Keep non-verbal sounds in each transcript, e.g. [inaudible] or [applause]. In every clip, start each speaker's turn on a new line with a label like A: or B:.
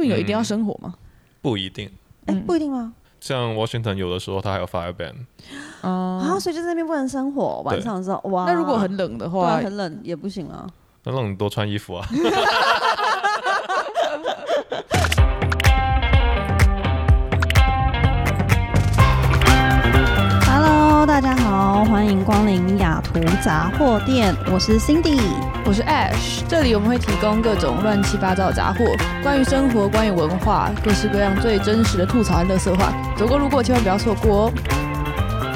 A: 们有一定要生火吗？
B: 不一定。
C: 哎、
A: 嗯
C: 不一定吗？
B: 像 Washington 有的时候它还有 fire ban，
C: 啊，
A: 哦，
C: 所以就在那边不能生火，晚上的时候哇。
A: 那如果很冷的
C: 对啊
A: 话，
C: 很冷也不行啊。
B: 那让你多穿衣服啊。 [laughs]
C: Hello，大家好，欢迎光临雅图杂货店，我是 Cindy。
A: 啊我是 Ash，这里我们会提供各种乱七八糟的杂货，关于生活，关于文化，各式各样最真实的吐槽和乐色话，走过路过千万不要错过哦。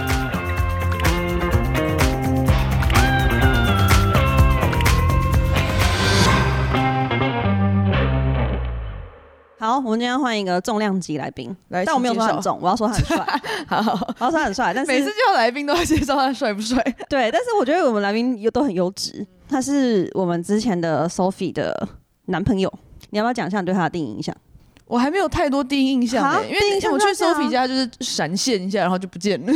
C: 好，我们今天换一个重量级来宾，
A: 来
C: 但我没有
A: 哎请
C: 说
A: 介
C: 他很
A: 绍
C: 重，我要说他
A: [laughs]
C: 很帅，
A: 好，
C: 我要说他很帅，但是
A: 每次叫来宾都要介绍他帅不帅。
C: 对，但是我觉得我们来宾有都很优质，他是我们之前的 Sophie 的男朋友。你要不要讲一下你对他的第一印象？
A: [laughs] 我还没有太多第一印象、
C: 哈
A: 欸，因为
C: 第一印
A: 因为
C: 象
A: 我
C: 不
A: 去
C: 要这样啊
A: Sophie 家就是闪现一下，然后就不见了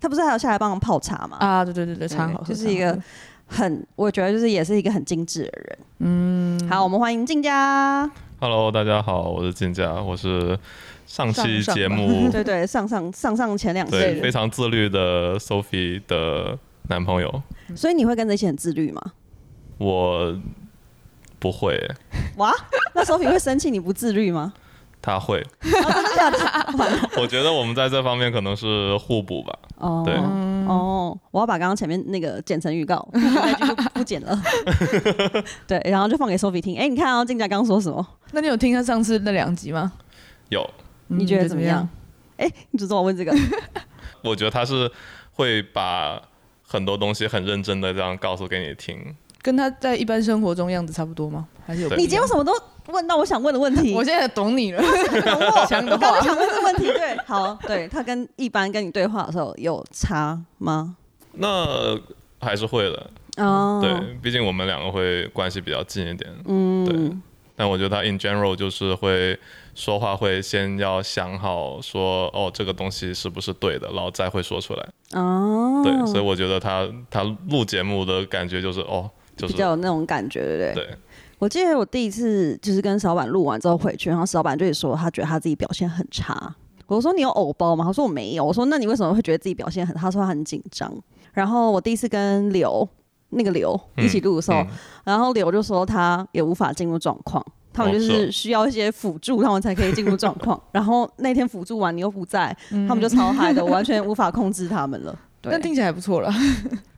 C: 他不是还有下来帮忙泡茶吗？
A: [laughs] 啊！对对对对，
C: 对
A: 超好喝，
C: 就是一个很，我觉得就是也是一个很精致的人。嗯，好，我们欢迎静佳。
B: Hello，大家好，我是金佳，我是上
A: 上
B: 期
A: 上吧
B: 节目
C: [laughs] 对对，上上上上前两
B: 对
A: 是
C: 次，
B: 非常自律的 Sophie 的男朋友，
C: 所以你会跟着一起很自律吗？ [laughs]
B: 我不会欸，
C: 哇，那 Sophie 会生气你不自律吗？ [laughs]
B: 他会。
C: 真的假的？
B: 我觉得我们在这方面可能是互补吧。
C: 哦，
B: 对
C: 哦，我要把刚刚前面那个剪成预
B: [laughs]
C: 告，那句就不剪了。 [laughs] 对，然后就放给 Sophie 听。哎、你看哦，静佳刚刚说什么？
A: 那你有听他上次那两集吗？嗯
B: 有，
C: 你觉得怎么样？哎、你怎么
B: [laughs]
C: 问这个？
B: 我觉得他是会把很多东西很认真的这样告诉给你听。
A: 跟他在一般生活中样子差不多吗？还是有不
B: 对
A: 一样？
C: 你今天为什么都问到我想问的问
A: [laughs]
C: 题？
A: 我现在懂你了，
C: 懂我，
A: 抢
C: 我
A: 的
C: 刚
A: 话
C: 刚想问这个问题。对，好，对他跟一般跟你对话的时候有差吗？
B: 那还是会的，
C: 哦，
A: 嗯
B: 嗯对，毕竟我们两个会关系比较近一点。
C: 嗯
B: 对，但我觉得他 in general 就是会说话会先要想好说哦这个东西是不是对的，然后再会说出来。
C: 哦，
B: 对，所以我觉得他他录节目的感觉就是哦，就
C: 比
B: 是
C: 较有那种感觉，对不对？
B: 对，
C: 我记得我第一次就是跟小板录完之后回去，然后小板就说他觉得他自己表现很差。我说你有偶包吗？他说我没有。我说那你为什么会觉得自己表现很？他说他很紧张。然后我第一次跟刘那个刘一起录的时候，
B: 嗯
C: 然后刘就说他也无法进入状况，他们
B: 哦
C: 就是是需要一些辅助，他们才可以进入状况。然后那天辅助完你又不在，他们就超嗨的，我完全无法控制他们了。对
A: 但，听起来还不错了。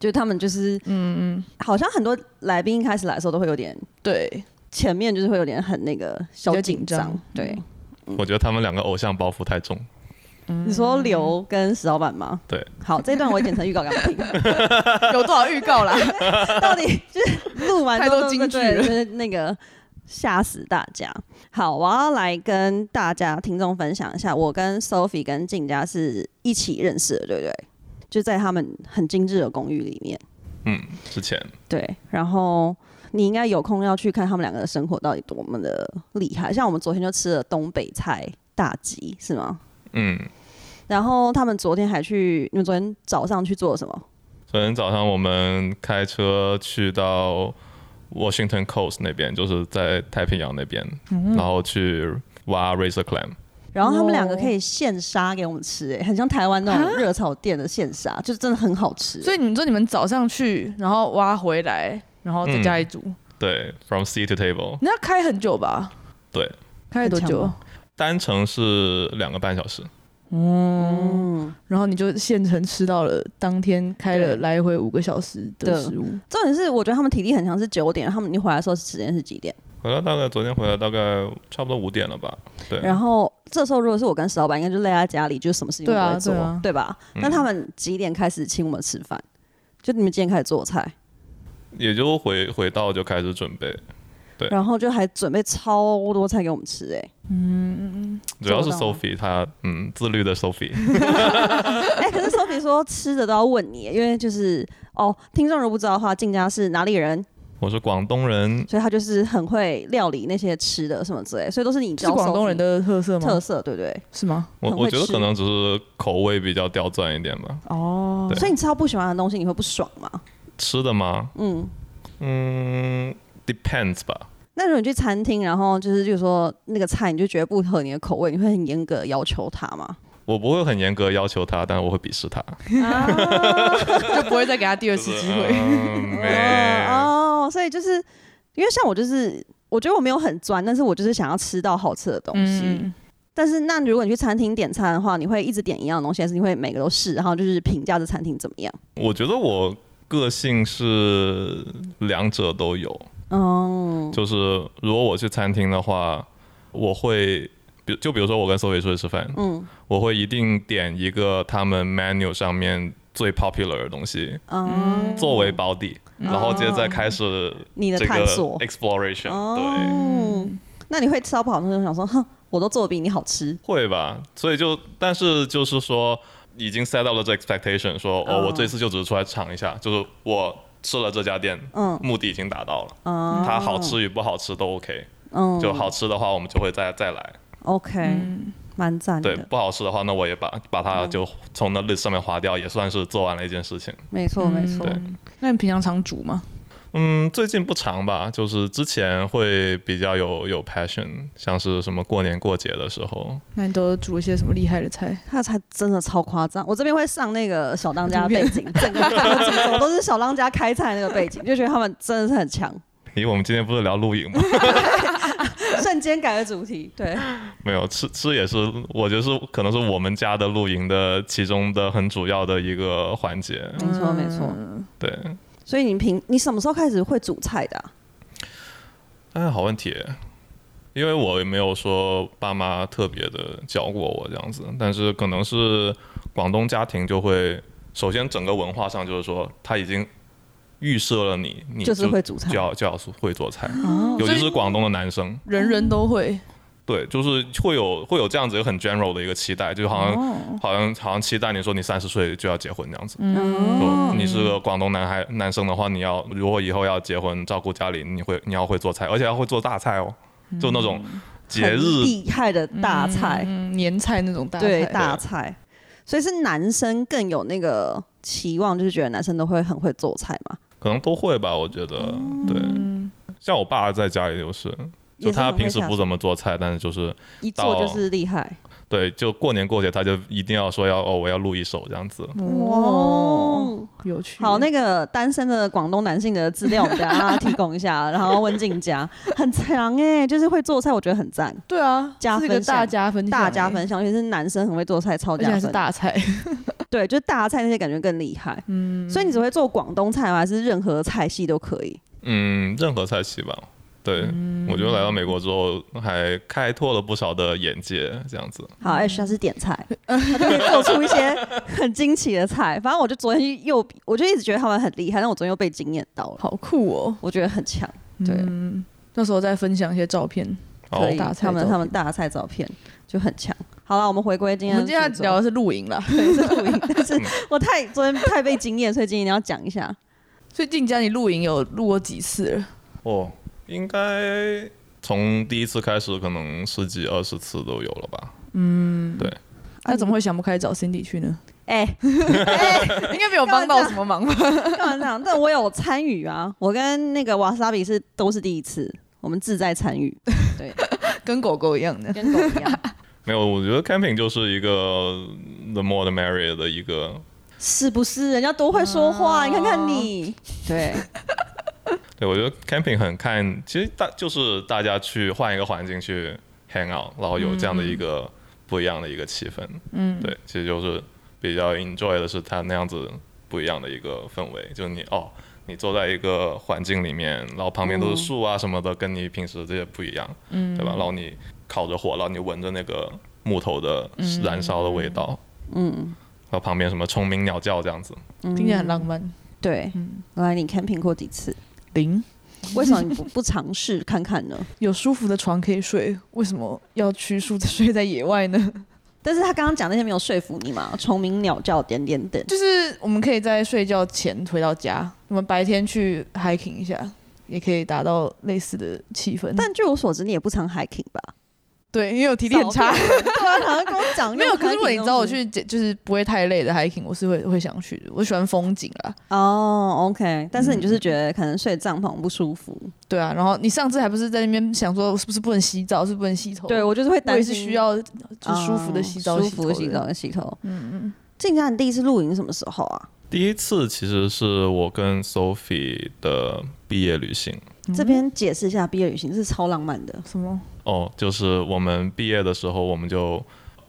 C: 就他们就是嗯嗯，好像很多来宾一开始来的时候都会有点
A: 对，
C: 前面就是会有点很那个小紧
A: 比较紧张
C: 对，
B: 我觉得他们两个偶像包袱太重。
A: 嗯
C: 你说刘跟石老板吗？
B: 对，
C: 好，这一段我会剪成预告给
A: [laughs]
C: 他们听。
A: [laughs] 有多少预告啦？
C: 到底就是录完之后
A: 太多金句
C: 对
A: 了
C: 就是那个吓死大家。好，我要来跟大家听众分享一下，我跟 Sophie 跟静佳是一起认识的，对不对？就在他们很精致的公寓里面。
B: 嗯，之前
C: 对，然后你应该有空要去看他们两个的生活到底多么的厉害。像我们昨天就吃了东北菜大吉，是吗？
B: 嗯。
C: 然后他们昨天还去，你们昨天早上去做了什么？
B: 昨天早上我们开车去到 Washington Coast 那边，就是在太平洋那边，
C: 嗯
B: 然后去挖 Razor Clam。
C: 然后他们
A: 哦
C: 两个可以现杀给我们吃、哎，很像台湾那种热炒店的现杀，就是真的很好
A: [laughs]
C: 吃。欸
A: 所以你们说你们早上去，然后挖回来，然后在家里煮，
B: 对，From Sea to Table，
A: 那要开很久吧？
B: 对，
A: 开了多
C: 很强
A: 久？
B: 单程是两个半小时。
C: 嗯，
A: 然后你就现成吃到了当天开了
C: 对
A: 来回五个小时的
C: 对
A: 食物，
C: 重点是我觉得他们体力很强，是九点，他们你回来的时候时间是几点？
B: 回来大概昨天回来大概差不多五点了吧？对，
C: 然后这时候如果是我跟石老板，应该就赖在家里，就是什么事情都
A: 对啊
C: 不会做，
A: 对啊
C: 吧？
B: 嗯
C: 那他们几点开始请我们吃饭？就你们几点开始做菜？
B: 也就回回到就开始准备，对
C: 然后就还准备超多菜给我们吃、哎
B: 主要是
C: 做到
B: Sophie 她嗯自律的 Sophie，
C: [laughs] 哎，哎，可是 Sophie 说吃的都要问你，因为就是哦，听众如果不知道的话，静佳是哪里人，
B: 我是广东人，
C: 所以她就是很会料理那些吃的什么之类，所以都是你
A: 是
C: 教
A: 广东
C: Sophie
A: 人的特色
C: 特
A: 吗？
C: 色，对不对？
A: 是吗？
B: 我
C: 很会
B: 我觉得
C: 吃
B: 可能只是口味比较刁钻一点吧。
A: 哦，
B: 对
C: 所以你吃到不喜欢的东西，你会不爽吗？
B: 吃的吗？
C: 嗯，
B: 嗯，depends 吧。
C: 那如果你去餐厅，然后就是就是说那个菜你就觉得不合你的口味，你会很严格地要求他吗？
B: 我不会很严格要求他，但我会鄙视他。
A: [laughs]
C: 哦
A: 啊就不会再给他第二次
B: 就是
A: 机
C: [laughs]
A: 会。
B: 嗯没
C: 哦，哦所以就是因为像我就是，我觉得我没有很专，但是我就是想要吃到好吃的东西。
A: 嗯，
C: 但是那如果你去餐厅点餐的话，你会一直点一样的东西，还是你会每个都试，然后就是评价这餐厅怎么样？
B: 我觉得我个性是两者都有，
C: 哦，
B: 就是如果我去餐厅的话，我会，比就比如说我跟 Sophie 出去吃饭，
C: 嗯，
B: 我会一定点一个他们 menu 上面最 popular 的东西
C: 哦，
B: 作为保底，然后接着再开始
C: 你的
B: 这
C: 探
B: 个
C: 索。
B: exploration，、对。
C: 哦，那你会吃到不好吃，就想说，哼，我都做的比你好吃。
B: 会吧，所以就但是就是说，已经 set 到了这 expectation，说
C: 嗯
B: 哦，我这次就只是出来尝一下，就是我吃了这家店，
C: 嗯
B: 目的已经达到了，
C: 哦，
B: 嗯它好吃与不好吃都 OK，
C: 嗯，
B: 就好吃的话我们就会再再来，
C: OK，蛮赞
B: 对，
C: 的，
B: 不好吃的话那我也把把它就从那 list 上面划掉，也算是做完了一件事情。
C: 没错没
A: 嗯
C: 错。
B: 对
A: 那你平常常煮吗？
B: 嗯，最近不长吧，就是之前会比较有有 passion，像是什么过年过节的时候，
A: 那你都煮一些什么厉害的菜？
C: 他才真的超夸张，我这边会上那个小当家的背
B: [laughs]
C: 景，整个整个我都是小当家开菜那个背景，就觉得他们真的是很强，
B: 咦，我们今天不是聊露营吗？ [laughs]
C: 瞬间改了主题。对，
B: 没有吃吃也是，我觉得是可能是我们家的露营的其中的很主要的一个环节。
C: 没错没错。
B: 对，
C: 所以你平你什么时候开始会煮菜的啊、
B: 哎，好问题耶，因为我也没有说爸妈特别的教过我这样子，但是可能是广东家庭就会，首先整个文化上就是说他已经预设了你，你
C: 就是会煮菜
B: 就要就要会做菜，
C: 哦
B: 尤其
A: 所
B: 是
A: 以
B: 广东的男生，
A: 人人都会。
B: 对，就是会有会有这样子一个很 general 的一个期待，就好像、
A: 哦，
B: 好像好像期待你说你三十岁就要结婚这样子。
C: 哦
B: 哦，你是个广东男孩男生的话，你要如果以后要结婚照顾家里，你会你要会做菜，而且要会做大菜哦，
C: 嗯
B: 就那种节
C: 很
B: 日
C: 厉害的大菜，
A: 嗯，年菜那种大菜。
C: 对大菜，所以是男生更有那个期望，就是觉得男生都会很会做菜嘛，
B: 可能都会吧，我觉
C: 哦
B: 得对。
A: 嗯
B: 像我爸在家里就是，
C: 也
B: 就是他
C: 很会
B: 平时
C: 下
B: 不怎么做菜，但是就是
C: 一做就是厉害。
B: 对，就过年过节他就一定要说要哦我要录一首这样子。
A: 哦，
C: 哦，
A: 有趣。
C: 好，那个单身的广东男性的资料，我们等一下让他提供
A: [laughs]
C: 一下，然后温静佳很强哎、就是会做菜，我觉得很赞，
A: 对啊，
C: 加
A: 是一个
C: 分项
A: 大加分，
C: 大家，分享，尤其是男生很会做菜，超
A: 而
C: 加
A: 且还
C: 分，
A: 是大
C: [laughs]
A: 菜。
C: 对，就是大菜那些感觉更厉害。
A: 嗯，
C: 所以你只会做广东菜吗？还是任何菜系都可以？
B: 嗯，任何菜系吧。对，
C: 嗯
B: 我觉得来到美国之后还开拓了不少的眼界，这样子。
C: 好，H 他是点菜，
A: [laughs]
C: 他就可以做出一些很惊奇的菜。反正我就昨天又，我就一直觉得他们很厉害，但我昨天又被惊艳到了，
A: 好酷哦。
C: 我觉得很强。对，
A: 嗯，到时候再分享一些照片。
B: 哦
C: 可以，
A: 大菜
C: 他们
A: 照
C: 他们大菜照片就很强。好了，我们回归今
A: 我
C: 天的
A: 们今
C: 主轴，
A: 天要聊的是露营啦，
C: 对是录
A: [laughs]
C: 影，但
A: 嗯
C: 是我太昨天太被惊艳，所以今天一定要讲一下。
A: 所以静佳，你露营有露过几次了？
B: 哦，应该从第一次开始，可能十几二十次都有了吧。
A: 那怎么会想不开找 Cindy 去呢？
C: 哎、
A: [laughs] 应该没有帮到什么
C: [laughs]
A: 忙吧？
C: 干嘛这样？但我有参与啊，我跟那个瓦萨比是都是第一次，我们志在
A: [laughs]
C: 参与，
A: 跟狗狗一样的。
C: 跟狗一样。
B: 没有，我觉得 camping 就是一个呃 the more the merrier 的一个。
C: 是不是？人家多会说话，
A: 哦
C: 你看看你。
A: [laughs]
C: 对，
B: 对，我觉得 camping 很看，其实大就是大家去换一个环境去 hang out，然后有这样的一个不一样的一个气氛。
A: 嗯，
B: 对，其实就是比较 enjoy 的是它那样子不一样的一个氛围，就是你哦，你坐在一个环境里面，然后旁边都是树啊什么的，跟你平时这些不一样，嗯，对吧？然后你烤着火，然后你闻着那个木头的燃烧的味道，
C: 嗯，
B: 然后旁边什么虫鸣鸟叫这样子，
A: 听起来很浪漫。
C: 对。
A: 嗯
C: 来，你 camping 过几次？
A: 零
C: 为什么你不不尝试看看呢？
A: 有舒服的床可以睡，为什么要去睡睡在野外呢？
C: 但是他刚刚讲那些没有说服你嘛，虫鸣鸟叫点点点。
A: 就是我们可以在睡觉前回到家，我们白天去 hiking 一下，也可以达到类似的气氛。
C: 但据我所知，你也不常 hiking 吧？
A: 对，因为我体力很差。
C: 对啊，然后跟我讲
A: [laughs] 没有，
C: 那
A: 可
C: 种
A: 是如果
C: hiking
A: 你知道我
C: 东西
A: 去解，就是不会太累的 hiking，我是会会想去的。我喜欢风景啦，
C: 哦，OK，但是
A: 嗯
C: 你就是觉得可能睡帐篷不舒服，
A: 对啊。然后你上次还不是在那边想说，是不是不能洗澡，是不是不能洗头？
C: 对，我就是
A: 我
C: 会
A: 也
C: 担
A: 是
C: 心
A: 需要就是舒服的洗澡，
C: 嗯舒服的洗
A: 头
C: 澡
A: 的。
C: 跟洗头。
A: 嗯嗯，
C: 静佳，你第一次露营是什么时候啊？
B: 第一次其实是我跟 Sophie 的毕业旅行
A: 嗯
C: 这边解释一下，毕业旅行是超浪漫的，
A: 什么？
B: 哦，就是我们毕业的时候，我们就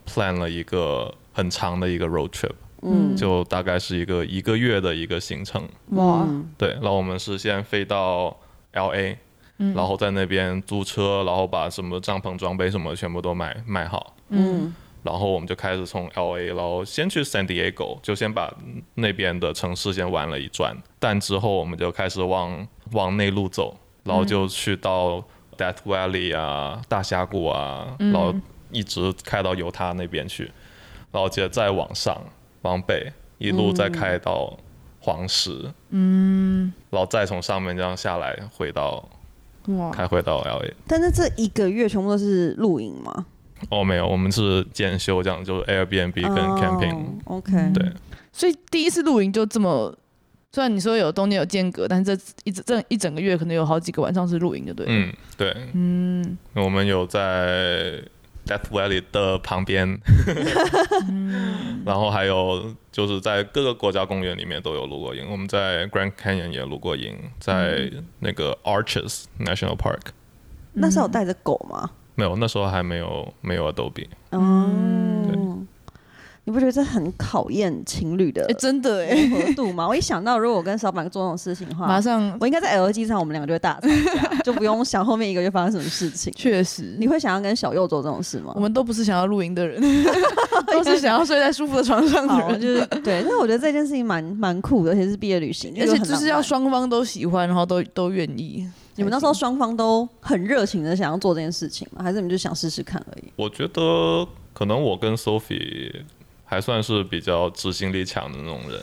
B: plan 了一个很长的一个 road trip，
C: 嗯，
B: 就大概是一个一个月的一个行程。
A: 哇
C: 嗯
B: 对，然后我们是先飞到 L A，、
A: 嗯
B: 然后在那边租车，然后把什么帐篷、装备什么全部都买买好，
C: 嗯
B: 然后我们就开始从 L A，然后先去 San Diego，就先把那边的城市先玩了一转，但之后我们就开始往往内陆走，然后就去到 Death Valley 啊、大峡谷啊，
C: 嗯
B: 然后一直开到犹他那边去，然后接着再往上往北，一路
C: 嗯
B: 再开到黄石，
A: 嗯，
B: 然后再从上面这样下来，回到
A: 哇，
B: 开回到 L A。
C: 但是这一个月全部都是露营嘛？
B: 哦，没有，我们是兼修这样，就是 Airbnb 跟 camping。
C: 哦 OK，
A: 嗯
B: 对，
A: 所以第一次露营就这么，虽然你说有中间有间隔，但是这一整这一整个月可能有好几个晚上是露营，就对了。
B: 嗯，对，
A: 嗯，
B: 我们有在 Death Valley 的旁边， [laughs] 然后还有就是在各个国家公园里面都有露过营。我们在 Grand Canyon 也露过营，在那个 Arches National Park
C: 那时候有带着狗吗？
B: 没有，那时候还没有没有 Adobe。
A: 嗯
C: 哦，你不觉得这很考验情侣的
A: 哎、真的哎、
C: 磨合度吗？我一想到如果我跟小板做这种事情的
A: 马
C: 话，
A: 上
C: 我应该在 L G 上我们两个就会大吵架， [laughs] 就不用想后面一个月发生什么事情。
A: 确实，
C: 你会想要跟小右做这种事吗
A: 我？们都不是想要露营的 [laughs] 人，都是想要睡在舒服的床上的 [laughs]
C: [laughs] 好，
A: 人，
C: 就是对，但是我觉得这件事情蛮蛮酷的，而且是毕业旅行，
A: 而且
C: 很
A: 就
C: 浪
A: 是要
C: 漫
A: 双方都喜欢，然后都都愿意。
C: 你们那时候双方都很热情的想要做这件事情吗？还是你们就想试试看而已？
B: 我觉得可能我跟 Sophie 还算是比较执行力强的那种人，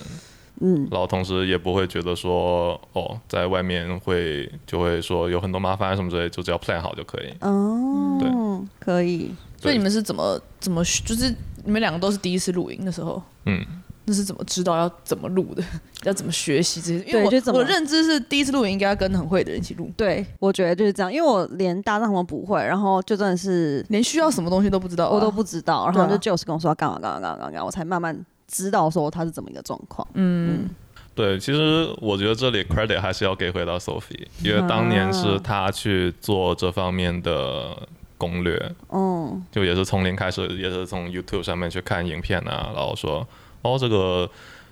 C: 嗯，
B: 然后同时也不会觉得说哦，在外面会就会说有很多麻烦什么之类，就只要 plan 好就可以。
A: 嗯
C: 哦，可以，
A: 所以你们是怎么怎么就是你们两个都是第一次露营的时候，
B: 嗯，
A: 那是怎么知道要怎么录的， [laughs] 要怎么学习这些？因
C: 对
A: 为
C: 就
A: 我
C: 怎么
A: 我的认知是第一次露营应该要跟很会的人一起录，
C: 对，我觉得就是这样，因为我连搭帐篷不会，然后就真的是
A: 连需要什么东西都不知道啊、
C: 我都不知道，然
A: 对啊
C: 后就就是跟我说要干嘛干嘛干嘛干嘛干嘛，我才慢慢知道说他是怎么一个状况。
A: 嗯
B: 对，其实我觉得这里 credit 还是要给回到 Sophie，因为当年
A: 啊
B: 是她去做这方面的攻略，
C: 嗯，
B: 就也是从零开始，也是从 YouTube 上面去看影片啊，然后说哦这个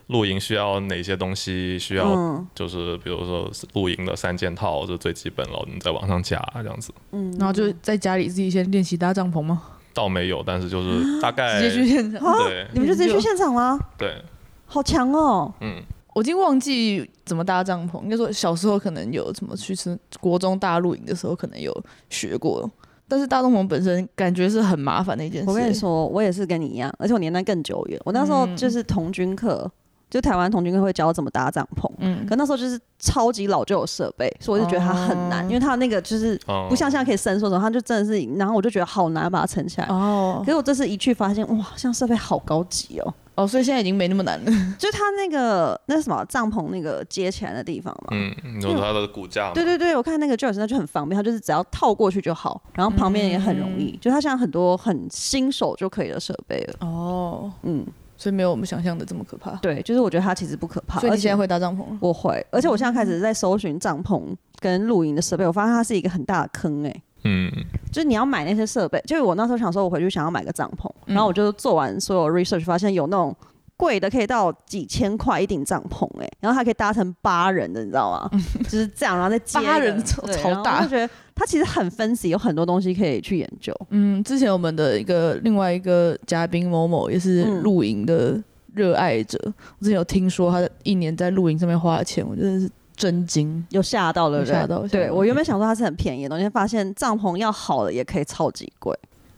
B: 露营需要哪些东西，需要
C: 嗯
B: 就是比如说露营的三件套是最基本了，你在网上加这样子，
C: 嗯，
A: 然后就在家里自己先练习搭帐篷吗？
B: 倒没有，但是就是大概
A: 直接去 [laughs] 啊现场。
B: 对
C: [laughs] 你们就直接去现场啦，
B: 对，
C: 好强哦！
B: 嗯，
A: 我已经忘记怎么搭帐篷，应该说小时候可能有怎么去吃国中大露营的时候可能有学过，但是搭帐篷本身感觉是很麻烦的一件事。
C: 我跟你，说，我也是跟你一样，而且我年代更久远。我那时候
A: 嗯
C: 就是童军课，就台湾童军课会教怎么搭帐篷，
A: 嗯，
C: 可那时候就是超级老旧的设备，所以我就觉得它很难，
A: 哦
C: 因为它那个就是
B: 哦
C: 不像现在可以伸缩的时候，它就真的是，然后我就觉得好难把它撑起来。
A: 哦
C: 可是我这次一去发现，哇，像设备好高级哦！
A: 哦，所以现在已经没那么难了。
C: 就它那个那什么帐篷那个接起来的地方嘛，
B: 嗯，你说它的骨架嘛，
C: 对对对，我看那个 Joyce 那就很方便，它就是只要套过去就好，然后旁边也很容易，
A: 嗯
C: 就它现在很多很新手就可以的设备了。
A: 哦，
C: 嗯，
A: 所以没有我们想象的这么可怕。
C: 对，就是我觉得它其实不可怕，
A: 所以
C: 而
A: 你
C: 且
A: 现在会嗯搭帐篷了？
C: 我会，而且我现在开始在搜寻帐篷跟露营的设备，我发现它是一个很大的坑哎、
B: 嗯，
C: 就是你要买那些设备，就是我那时候想说，我回去想要买个帐篷，
A: 嗯
C: 然后我就做完所有 research，发现有那种贵的可以到几千块一顶帐篷、欸，然后还可以搭成八人的，你知
A: [laughs]
C: 道吗？就是这样，然后再接一个
A: 八人超
C: 对
A: 超
C: 然后
A: 大
C: 我就觉得它其实很 fancy，有很多东西可以去研究。
A: 嗯，之前我们的一个另外一个嘉宾某某也是
C: 嗯
A: 露营的热爱者，我之前有听说他一年在露营上面花的钱，我真的是震惊。
C: 有吓到的人，
A: 有吓到有吓到
C: 对我原本想说它是很便宜的东西，发现帐篷要好的也可以超级贵。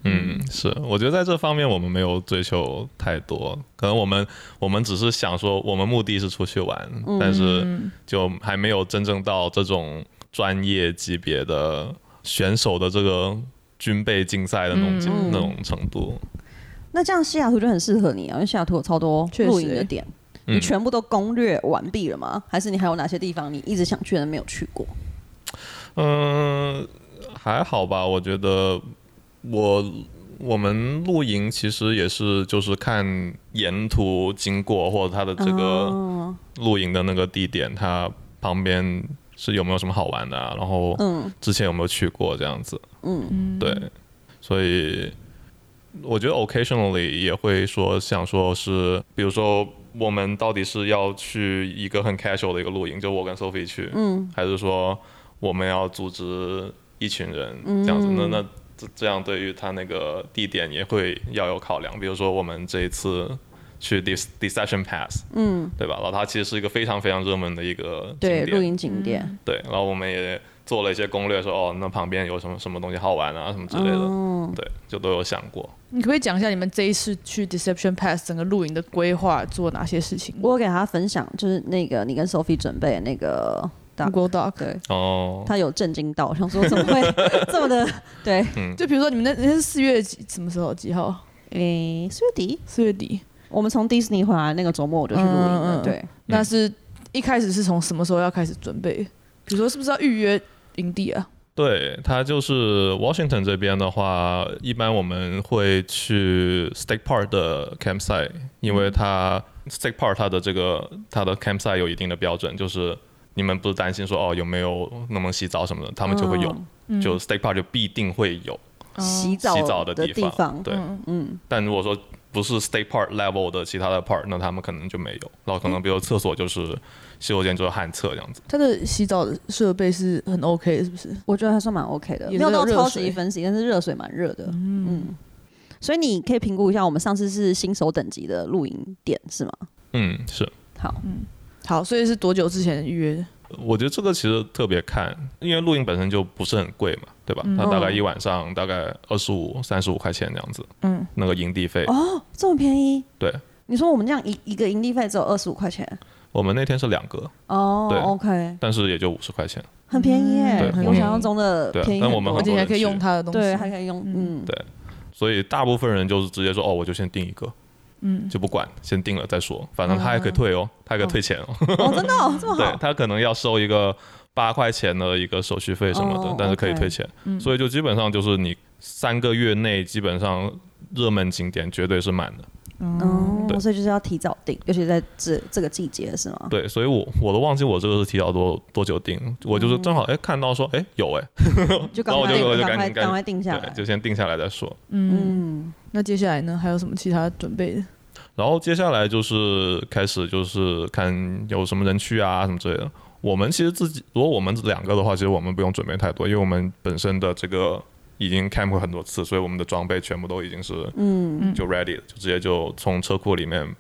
B: 嗯，是，我觉得在这方面我们没有追求太多，可能我们我们只是想说，我们目的是出去玩，但是
A: 嗯，
B: 就还没有真正到这种专业级别的选手的这个军备竞赛的那种、
C: 嗯
B: 那种程度。
C: 那这样西雅图就很适合你啊，因为西雅图有超多
A: 确实
C: 露营的点。
B: 嗯
C: 你全部都攻略完毕了吗？还是你还有哪些地方你一直想去的没有去过？
B: 嗯，还好吧，我觉得我我们露营其实也是就是看沿途经过或者它的这个
C: 哦
B: 露营的那个地点，它旁边是有没有什么好玩的、啊，然后
C: 嗯
B: 之前有没有去过这样子，
C: 嗯
A: 嗯，
B: 对，所以我觉得 occasionally 也会说想说是，比如说我们到底是要去一个很 casual 的一个露营，就我跟 Sophie 去，
C: 嗯，
B: 还是说我们要组织一群人
C: 嗯
B: 这样子？那那这这样对于他那个地点也会要有考量。比如说我们这一次去 Dis Deception Pass，
C: 嗯，
B: 对吧？然后它其实是一个非常非常热门的一个景
C: 对，
B: 点
C: 露营景点，
B: 对，然后我们也做了一些攻略说哦，那旁边有什么什么东西好玩啊，什么之类的，
C: 嗯，
B: 对，就都有想过。
A: 你可不可以讲一下你们这一次去 Deception Pass 整个露营的规划做哪些事情？
C: 我有给他分享，就是那个你跟 Sophie 准备的
B: [laughs]
C: 那个 doc，
A: Google Doc，
C: 对
B: 哦，
C: 他有震惊到，想说怎么会 [laughs] 这么的？对，
A: 就比如说你们那那是四月几什么时候几号？
C: 诶、四月底
A: 四月底，
C: 我们从迪士尼回来那个周末我就去露营了，
A: 嗯嗯嗯
C: 对，
A: 那是一开始是从什么时候要开始准备？比如说是不是要预约营地啊？
B: 对，它就是 Washington 这边的话，一般我们会去 State Park 的 campsite，因为它 State Park 它的这个它的 campsite 有一定的标准，就是你们不是担心说哦有没有能不能洗澡什么的，他们就会
C: 哦
B: 有，
A: 嗯
B: 就 State Park 就必定会有。
A: 哦
C: 嗯洗澡
B: 洗澡的
C: 地
B: 地方对，
C: 嗯，
B: 但如果说不是 State Park level 的其他的 part，那他们可能就没有。然后可能比如厕所就是洗手间就是旱厕这样子。
A: 它的洗澡的设备是很 OK，是不是？
C: 我觉得还算蛮 OK 的，没
A: 也是有
C: 有到
A: 热
C: 超
A: 水
C: 级分析，但是热水蛮热的，嗯。所以你可以评估一下，我们上次是新手等级的露营点是吗？
B: 嗯，是。
C: 好，
A: 好，所以是多久之前预约？
B: 我觉得这个其实特别看，因为露营本身就不是很贵嘛，对吧？它大概一晚上大概二十五、三十五块钱这样子，
A: 嗯，
B: 那个营地费。
C: 这么便宜？
B: 对，
C: 你说我们这样一一个营地费只有二十五块钱
B: 我们那天是两个，
C: 哦
B: 对
C: ，OK，
B: 但是也就五十块钱。
C: 很便
B: 嗯
C: 宜耶
A: 对，
C: 比
A: 很
C: 我
A: 便宜
C: 想象中的
B: 对啊
C: 便宜
B: 但
C: 很
B: 我们
A: 而
C: 多
B: 很
A: 且你还可以
B: 多人去
A: 用它的东西。
C: 对，还可以用，嗯，
B: 所以大部分人就是直接说哦，我就先定一个，
A: 嗯，
B: 就不管，先定了再说，反正他还可以退哦，他还可以退钱哦。
C: 哦，真的哦这么
B: 对
C: 好，
B: 他可能要收一个八块钱的一个手续费什么的，
C: 哦
B: 但是可以
C: OK
B: 退钱，所以就基本上就是你三个月内基本上热门景点绝对是满的。
C: 哦，
B: 对
C: 所以就是要提早订，尤其在这这个季节是吗？
B: 对，所以我我都忘记我这个是提早多多久定，我就是正好哎看到说哎有哎，
C: 嗯就赶
B: 然后我
C: 快
B: 就我就
C: 赶
B: 赶
C: 快
B: 紧
C: 赶快定下
B: 对，
C: 来。
B: 就先定下来再说。
A: 嗯，
C: 嗯，
A: 那接下来呢？还有什么其他准备的？
B: 然后接下来就是开始就是看有什么人去啊什么之类的。我们其实自己，如果我们两个的话，其实我们不用准备太多，因为我们本身的这个已经 camp 过很多次，所以我们的装备全部都已经是嗯就 ready 了，就直接就从车库里面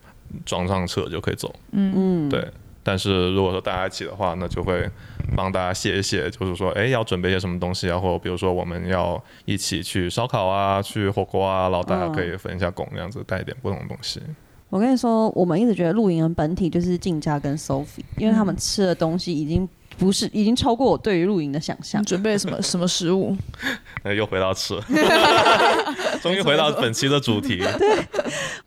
B: 装上车就可以走。嗯嗯，对。但是如果说大家一起的话，那就会帮大家写一写，就是说，哎，要准备些什么东西啊，或者比如说我们要一起去烧烤啊，去火锅啊，然后大家可以分一下工，这样子带一点不同的东西。
C: 我跟你说，我们一直觉得露营的本体就是静佳跟 Sophie，因为他
B: 嗯
C: 们吃的东西已经不是已经超过我对于露营的想象
B: 嗯
A: 你。准备了什么什么食物？ [laughs]
B: 哎又回到
C: [laughs]
B: 吃，终于回到本期的主题。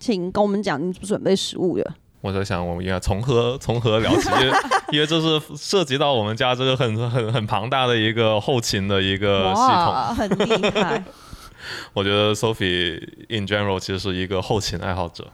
C: 请跟我们讲你准备食物的，
B: 我在想，我们应该从何从何聊起，因为因为这是涉及到我们家这个很很很庞大的一个后勤的一个系统。
C: 哇，很厉害。
B: 我觉得 Sophie in general 其实是一个后勤爱好者，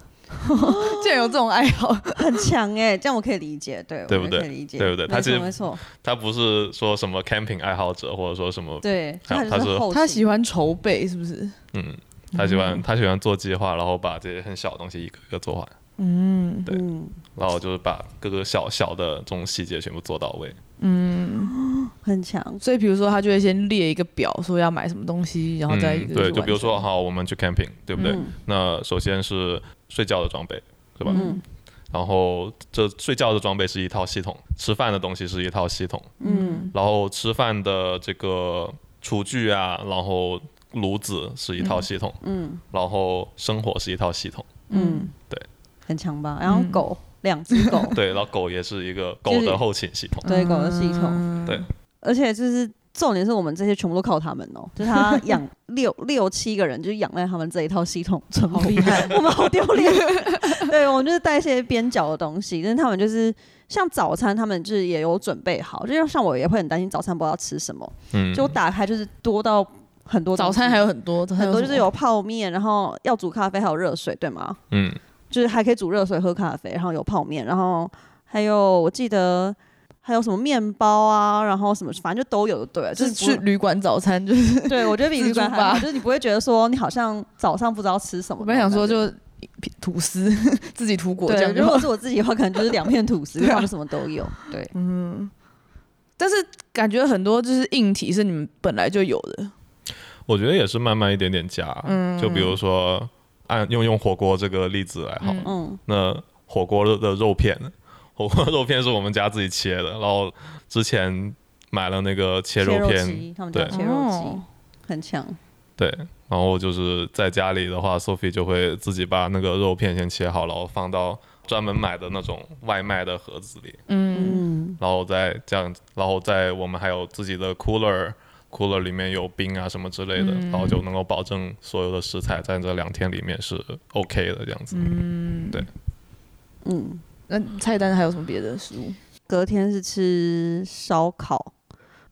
A: 竟然有这种爱好，
C: [laughs] 很强哎、这样我可以理解，对，
B: 对不
C: 我觉得
B: 对
C: 可以理解，
B: 对不对
C: 没
B: 他其
C: 错
B: 实
C: 没错，
B: 她不是说什么 camping 爱好者，或者说什么，
C: 对，
B: 他
C: 他就
B: 他是
C: 后
A: 他
C: 期
A: 喜欢筹备，是不是？
B: 嗯，她喜欢她喜欢做计划，然后把这些很小的东西一个一个做完，
A: 嗯，
B: 对
C: 嗯，
B: 然后就是把各个小小的这种细节全部做到位。
C: 很强，
A: 所以比如说他就会先列一个表，说要买什么东西，然后再一个、
B: 嗯、对，就比如说，好，我们去 camping，对不对？
C: 嗯
B: 那首先是睡觉的装备，对吧？
C: 嗯
B: 然后这睡觉的装备是一套系统，吃饭的东西是一套系统，
C: 嗯
B: 然后吃饭的这个厨具啊，然后炉子是一套系统，
C: 嗯
B: 然后生活是一套系统，
C: 嗯，
B: 对，
C: 很强吧？
A: 嗯
C: 然后狗，两只
A: [laughs]
C: 狗，
B: 对，然后狗也是一个
C: 就
B: 狗
C: 是
B: 的后勤系统，
A: 嗯
C: 对狗的系统，
B: 对，
C: 而且就是重点是我们这些全部都靠他们哦、就是他
A: [laughs]
C: 养六六七个人，就是养在他们这一套系统中，
A: 好厉害
C: [laughs] 我们好丢脸。对，我们就是带一些边角的东西，但是他们就是像早餐，他们就是也有准备好，就像我也会很担心早餐不知道吃什么，
B: 嗯，
C: 就我打开就是多到很多东
A: 早
C: 西
A: 餐还有很多，早餐
C: 很多就是
A: 什么
C: 有泡面，然后要煮咖啡，还有热水，对吗？
B: 嗯，
C: 就是还可以煮热水喝咖啡，然后有泡面，然后还有我记得还有什么面包啊，然后什么反正就都有的，对了，
A: 就
C: 就是是
A: 去
C: 不
A: 旅馆早餐，就是
C: [laughs] 对我觉得比
A: [laughs] 自
C: 旅馆
A: 助
C: 还好，
A: 吧
C: 就是你不会觉得说你好像早上不知道吃什么。
A: 我本来想说就吐司自己涂果
C: 对，
A: 酱就
C: 如
A: 好啊
C: [laughs] 果，是我自己的话，可能就是两片吐
A: [laughs]
C: 司，因为他们什么都有。对，
A: 嗯但是感觉很多就是硬体是你们本来就有的，
B: 我觉得也是慢慢一点点加，嗯，就比如说按用用火锅这个例子来好了，
C: 嗯，
B: 那火锅的肉片， [laughs] 火锅肉片是我们家自己切的，然后之前买了那个切肉片，
C: 机，他们叫
B: 对
C: 切肉机
A: 哦，
C: 很强。
B: 对，然后就是在家里的话，Sophie 就会自己把那个肉片先切好，然后放到专门买的那种外卖的盒子里，
A: 嗯，
C: 嗯，
B: 然后再这样，然后在我们还有自己的 cooler。cooler 里面有冰啊什么之类的，然后就能够保证所有的食材在这两天里面是 OK 的这样子。
A: 那菜单还有什么别的食物？
C: 隔天是吃烧烤。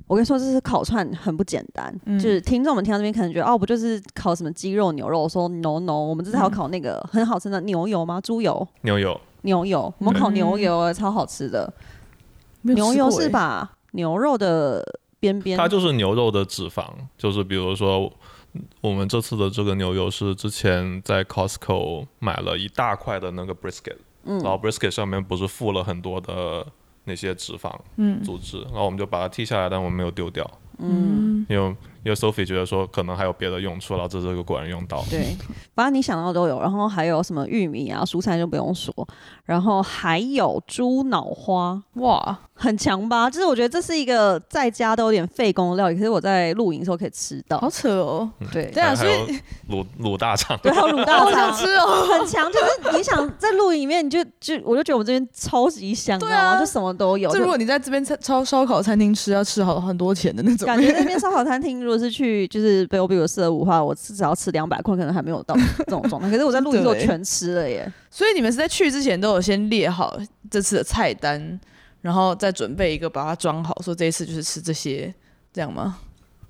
C: 我跟你说，这是烤串很不简单，
A: 嗯
C: 就是听众们听到这边可能觉得哦，不就是烤什么鸡肉、牛肉？我说 no no，我们这次
A: 嗯
C: 还要烤那个、很好吃的牛油吗？猪油、
B: 牛油，
C: 牛油，我们烤
A: 嗯
C: 牛油、哎超好吃的。
A: 没有
C: 牛
A: 吃
C: 油
A: 过
C: 是
A: 欸？
C: 把牛肉的边边，
B: 它就是牛肉的脂肪，就是比如说我们这次的这个牛油是之前在 Costco 买了一大块的那个 brisket，、然
A: 嗯
B: 后 brisket 上面不是附了很多的那些脂肪
A: 嗯
B: 组织，然后我们就把它剔下来，但我们没有丢掉，
A: 嗯，
B: 因为因为 Sophie 觉得说可能还有别的用处，然后这这个果然用到，
C: 对，反正你想到的都有。然后还有什么玉米啊、蔬菜就不用说，然后还有猪脑花，
A: 哇，
C: 很强吧？就是我觉得这是一个在家都有点费工的料理，可是我在露营的时候可以吃到
A: 好。扯哦！
C: 对，
A: [laughs] 对啊，
B: 还
A: 所
B: 有
A: 以
B: 卤卤大肠，
C: 对，还有卤
A: 好
C: 大
A: 想
C: 肠，
A: 吃哦。
C: 很强。就是你想在露营里面，你就就我就觉得我们这边超级香，
A: 对啊
C: 你知道吗就什么都有。
A: 就如
C: 就
A: 果你在这边超烧烤餐厅吃，要吃好很多钱的那种，
C: 感觉那边烧烤餐厅，如果是去就是北欧比我四五的话，我至少要吃两百块，可能还没有到这种状态。可是我在露营的时候
A: 对
C: 全吃了耶，
A: 所以你们是在去之前都有先列好这次的菜单，然后再准备一个把它装好，说这一次就是吃这些，这样吗？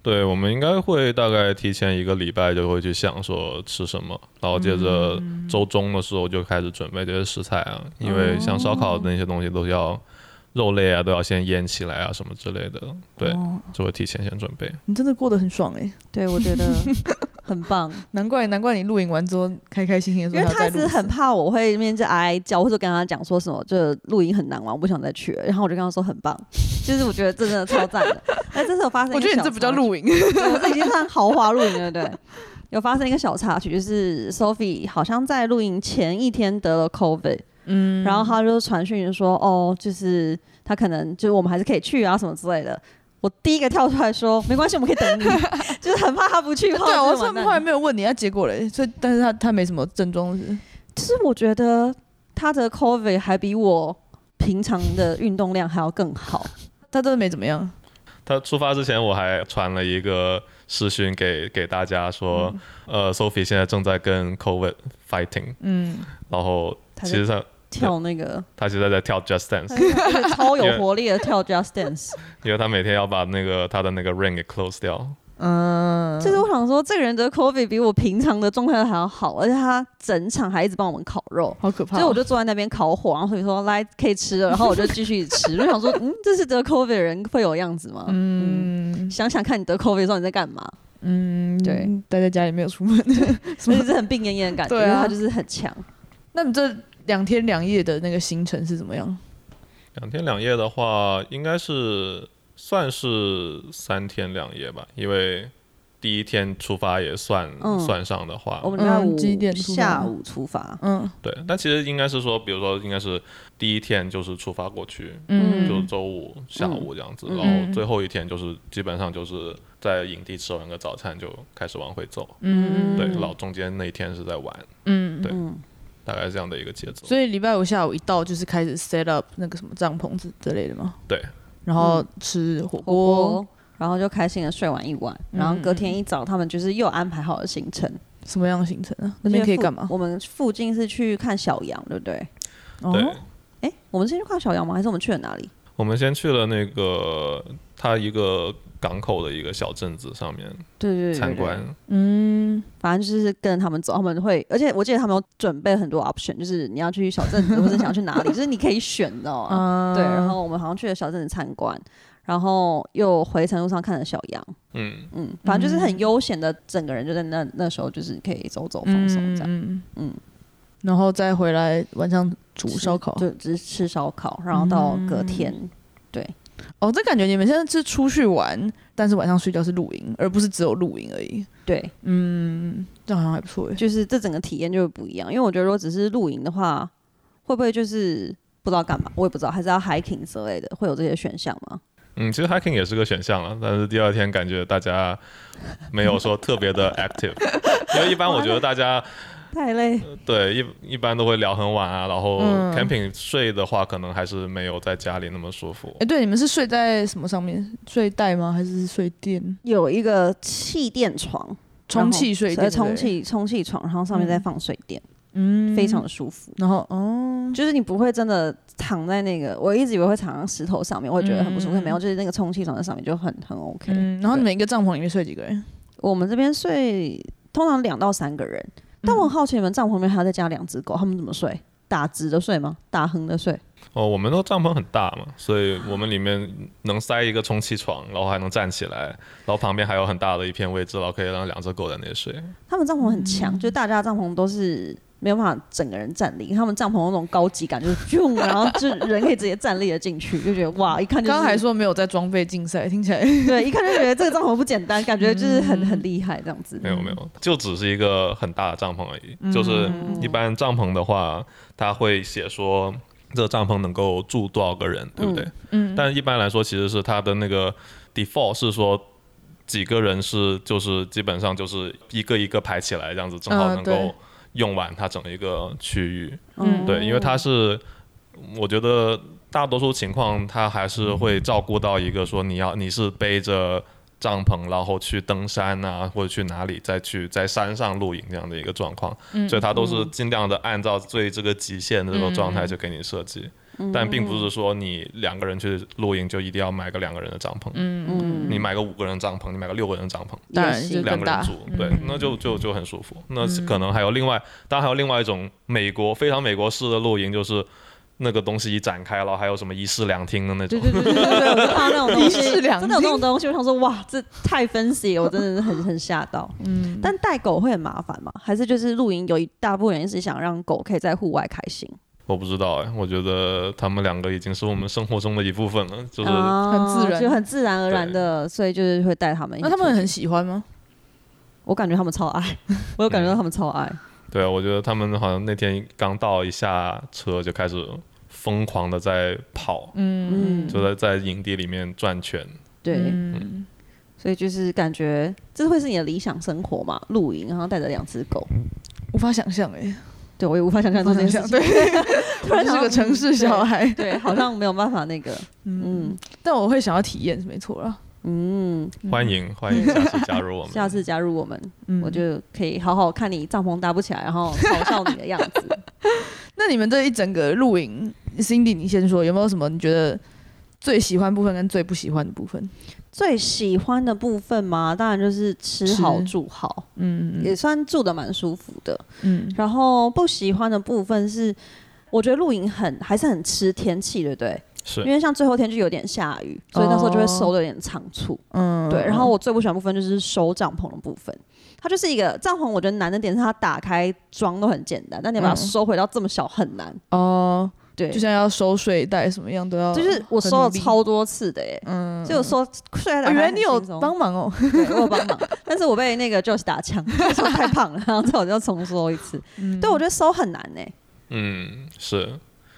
B: 对，我们应该会大概提前一个礼拜就会去想说吃什么，然后接着
C: 嗯
B: 周中的时候就开始准备这些食材啊，因为像烧
C: 哦
B: 烤的那些东西都要肉类啊都要先腌起来啊什么之类的，对，就会提前先准备。
A: 哦你真的过得很爽哎、
C: 对我 [laughs] 觉得很棒。
A: 难怪难怪你露营完之后开开心心的
C: [laughs]
A: 说
C: 因为
A: 还
C: 他
A: 要再
C: 一
A: 录
C: 直
A: 一次
C: 很怕我会面就哀叫，或者跟他讲说什么，就录音很难玩，我不想再去了。然后我就跟他说很棒，就是我觉得这真的超赞
A: [laughs]
C: 的。那这次有发生，
A: 我觉得你这不叫，露营，
C: 对我这已经算豪华露营
A: [laughs]
C: 了，对。有发生一个小插曲，就是 Sophie 好像在露营前一天得了 COVID，
A: 嗯
C: 然后他就传讯说，哦，就是他可能就是我们还是可以去啊什么之类的。我第一个跳出来说，没关系，我们可
A: [laughs]
C: 以等你，就是很怕他不去。
A: 对
C: 怕
A: 啊，我上
C: 真的完蛋
A: 面后来没有问你，他结果嘞，所以但是他他没什么症状是不是
C: 其实我觉得他的 COVID 还比我平常的运动量还要更好。
A: 他真的没怎么样，
B: 他出发之前我还传了一个视讯给给大家说，
C: 嗯
B: 呃，Sophie 现在正在跟 COVID fighting，
A: 嗯，
B: 然后
C: 他
B: 其
C: 在哎
B: 实他
C: 跳那个
B: 他现在在跳 Just Dance，
C: 超有活力的跳 Just Dance，
B: 因为他每天要把那个他的那个 ring 给 close 掉。
A: 嗯，
C: 就是我想说，这个人得 COVID 比我平常的状态还要好，而且他整场还一直帮我们烤肉，
A: 好可怕哦，
C: 所以我就坐在那边烤火，然后所以说来可以吃了，然后我就继续吃，我就想说，嗯，这是得 COVID 的人会有样子吗？嗯，
A: 嗯
C: 想想看你得 COVID 的时候你在干嘛，
A: 嗯，
C: 对，
A: 待在家里没有出门。
C: 所以是很病恹恹的感觉，
A: 对啊
C: 因为他就是很强。
A: 那你这两天两夜的那个行程是怎么样？
B: 两天两夜的话，应该是算是三天两夜吧，因为第一天出发也算、
C: 嗯
B: 算上的话
C: 我，们礼拜
A: 嗯
C: 五
A: 几点出发
C: 下午出发，
A: 嗯
B: 对。但其实应该是说，比如说应该是第一天就是出发过去，
C: 嗯
B: 就周五下午这样子，
C: 嗯
B: 然后最后一天就是基本上就是在营地吃完个早餐就开始往回走，
A: 嗯
B: 对。
C: 嗯
B: 然后中间那一天是在玩，
A: 嗯，
B: 对
C: 嗯。
B: 大概是这样的一个节奏。
A: 所以礼拜五下午一到就是开始 set up 那个什么帐篷之之类的嘛。
B: 对。
A: 然后吃火
C: 火锅
A: 锅，，嗯
C: 然后就开心的睡完一晚，然后隔天一早他们就是又安排好了行程，
A: 什么样的行程啊？那边可以干嘛？
C: 我们附近是去看小羊，对不对？
B: 对，
A: 哦，
C: 哎、我们先去看小羊吗？还是我们去了哪里？
B: 我们先去了那个它一个港口的一个小镇子上面
C: 对对对对
B: 参
C: 对
B: 观，
A: 嗯，
C: 反正就是跟着他们走，他们会，而且我记得他们有准备很多 option，就是你要去小镇子，或者你想去 [laughs] 哪里，就是你可以选，你知道吗？
A: 啊
C: 对，然后我们好像去了小镇子参观，然后又回程路上看了小羊，
B: 嗯，
C: 嗯，反正就是很悠闲的，整个人就在那那时候就是可以走走放
A: 嗯
C: 松这样，
A: 嗯，
C: 嗯，
A: 然后再回来晚上煮
C: 吃
A: 烧烤。
C: 就只是吃烧烤，然后到隔天，
A: 哦，这感觉你们现在是出去玩，但是晚上睡觉是露营，而不是只有露营而已。
C: 对，
A: 嗯，这好像还不错耶。
C: 就是这整个体验就会不一样，因为我觉得如果只是露营的话，会不会就是不知道干嘛，我也不知道，还是要 hiking 之类的，会有这些选项吗？
B: 嗯，其实 hiking 也是个选项了，但是第二天感觉大家没有说特别的 active，因为一般我觉得大家
C: 太累，
B: 对一一般都会聊很晚啊，然后
A: 嗯
B: camping 睡的话，可能还是没有在家里那么舒服
A: 哎、。对，你们是睡在什么上面？睡袋吗？还是睡垫？
C: 有一个气垫床，
A: 充气睡
C: 所以
A: 垫？
C: 充
A: 对不对。
C: 气充气床，然后上面再放睡垫，
A: 嗯
C: 非常的舒服。
A: 然后，哦，
C: 就是你不会真的躺在那个，我一直以为会躺在石头上面，我会觉得很不舒服，
A: 嗯嗯嗯
C: 没有，就是那个充气床在上面就很很 OK。
A: 嗯，然后你们一个帐篷里面睡几个人？
C: 我们这边睡通常两到三个人，但
A: 嗯
C: 我很好奇你们帐篷里面还要再加两只狗，他们怎么睡？打直的睡吗？打横的睡？
B: 哦，我们的帐篷很大嘛，所以我们里面能塞一个充气床，然后还能站起来，然后旁边还有很大的一片位置，然后可以让两只狗在那里睡。
C: 他们帐篷很
A: 嗯
C: 强，就是大家的帐篷都是没有办法整个人站立，他们帐篷有那种高级感，就是 [laughs] 用，然后就人可以直接站立了进去，就觉得哇，一看就是
A: 刚刚还说没有在装备竞赛，听起
C: [laughs]
A: 来
C: 对，一看就觉得这个帐篷不简
A: [laughs]
C: 单，感觉就是很
A: 嗯
C: 很厉害这样子。
B: 没有没有，就只是一个很大的帐篷而已。就是
A: 嗯
B: 一般帐篷的话，它会写说这帐篷能够住多少个人，对不对？
A: 嗯
B: 但一般来说，其实是它的那个 default 是说几个人是就是基本上就是一个一个排起来，这样子正好
A: 啊
B: 能
A: 对
B: 够用完它整一个区域。
A: 嗯
B: 对，因为它是，我觉得大多数情况它还是会照顾到一个说你要你是背着帐篷，然后去登山啊，或者去哪里再去在山上露营这样的一个状况，所以它都是尽量的按照最这个极限的这种状态去给你设计。但并不是说你两个人去露营就一定要买个两个人的帐篷，
A: 嗯
B: 你买个五个人帐篷，你买个六个人帐篷，
A: 当然
C: 也
A: 就
C: 行
B: 两
A: 更
B: 个
A: 大
B: 人住，对，
C: 嗯
B: 那就就就很舒服。那是可能还有另外，当然还有另外一种美国非常美国式的露营，就是那个东西一展开了，还有什么一室两厅的那种
C: 对。对对对对对，我就看到那种东
A: [laughs]
C: 西，
A: 一式
C: 真的
A: 两
C: 有那种东西，我想说哇，这太 fancy 了，我真的是
A: [laughs]
C: 很很吓到。嗯，但带狗会很麻烦吗？还是就是露营有一大部分原因是想让狗可以在户外开心，
B: 我不知道哎，我觉得他们两个已经是我们生活中的一部分了，就是
C: 啊
A: 很自然
C: 就很自然而然的，所以就是会带他们一起
A: 那
C: 出去。
A: 他们很喜欢吗？
C: 我感觉他们超
B: [laughs]
C: 爱，我有感觉到他们超爱。
B: 对，啊我觉得他们好像那天刚到一下车就开始疯狂的在跑，
A: 嗯
C: 嗯
B: 就在在营地里面转圈。
C: 对，
A: 嗯
C: 所以就是感觉这会是你的理想生活嘛？露营，然后带着两只狗，
B: 嗯
A: 无法想象哎，
C: 对我也无法想象这件事
A: 无法想象
C: 情。
A: [laughs]
C: [laughs]
A: 对，
C: 突
A: 我
C: 然想
A: 是
C: 到
A: 个城市小孩，
C: 对，好像没有办法那个，嗯
A: 但我会想要体验，没错啦。
C: 嗯，
B: 欢迎欢迎，下次加入我们。
C: [laughs] 下次加入我们，
A: 嗯
C: 我就可以好好看你帐篷搭不起来，然后嘲笑你的样
A: [laughs]
C: 子。
A: 那你们这一整个露营，Cindy，你先说有没有什么你觉得最喜欢部分跟最不喜欢的部分？
C: 最喜欢的部分嘛，当然就是吃好
A: 吃
C: 住好，
A: 嗯
C: 也算住的蛮舒服的。
A: 嗯
C: 然后不喜欢的部分是，我觉得露营很还是很吃天气，对不对？
B: 是
C: 因为像最后天就有点下雨，所以那时候就会收的有点仓促。
A: 哦嗯
C: 对，然后我最不喜欢的部分就是收帐篷的部分。它就是一个帐篷，我觉得难的点是它打开装都很简单，但你把它
A: 嗯
C: 收回到这么小很难。
A: 哦，
C: 对，
A: 就像要收睡袋什么样都要，
C: 就是我收了超多次的耶，
A: 嗯，
C: 就我收睡在
A: 哦
C: 打
A: 原
C: 开
A: 来
C: 很
A: 你
C: 轻松、
A: 有帮忙哦，
C: 对，我有帮忙，但是我被那个 Josh 打枪， [laughs] 他说太胖了，然后之后我就重收一次。
A: 嗯
C: 对，我觉得收很难呢。
B: 嗯是，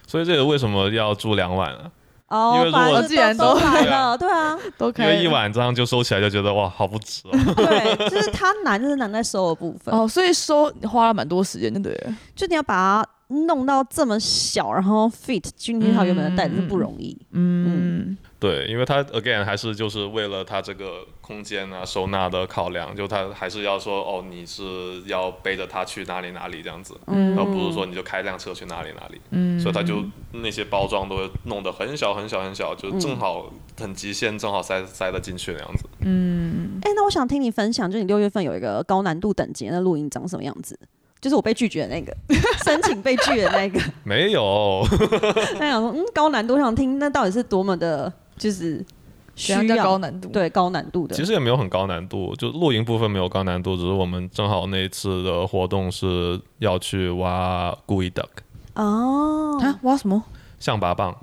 B: 所以这个为什么要住两晚啊？因
C: 哦
B: 为，如
C: 反
B: 果
C: 正
A: 既然
C: 都
A: 都
C: 来
B: 对啊
C: 了，对啊，
A: 都
B: 因
A: 可
B: 为
A: 以
B: 一晚这样就收起来就觉得哇，好不值哦。
C: 对，就是它难，就是难在收的部分，
A: 哦，所以收花了蛮多时间，对不对？
C: 就你要把它弄到这么小，然后 fit 进去它原本的袋子是不容易。
A: 嗯，
B: [laughs] 对，因为他 again 还是就是为了他这个空间啊收纳的考量，就他还是要说哦，你是要背着他去哪里哪里这样子，
C: 嗯
B: 而哦不是说你就开辆车去哪里哪里，
A: 嗯，
B: 所以他就那些包装都弄得很小很小很小，就正好很极限，正好塞塞得进去那样子。
A: 嗯，
C: 哎、那我想听你分享，就你六月份有一个高难度等级的录音长什么样子？就是我被拒绝的那
B: [laughs]
C: 个，申请被拒的那个。
B: [laughs] 没有，
C: 那想说，嗯，高难度，我想听那到底是多么的，就是需
A: 怎样叫高
C: 要
A: 难度？，
C: 对高难度
B: [laughs]
C: 的。
B: 其实也没有很高难度，就露营部分没有高难度，只是我们正好那一次的活动是要去挖 GUI duck
C: 哦，
A: 啊，挖什么？
B: 象拔蚌，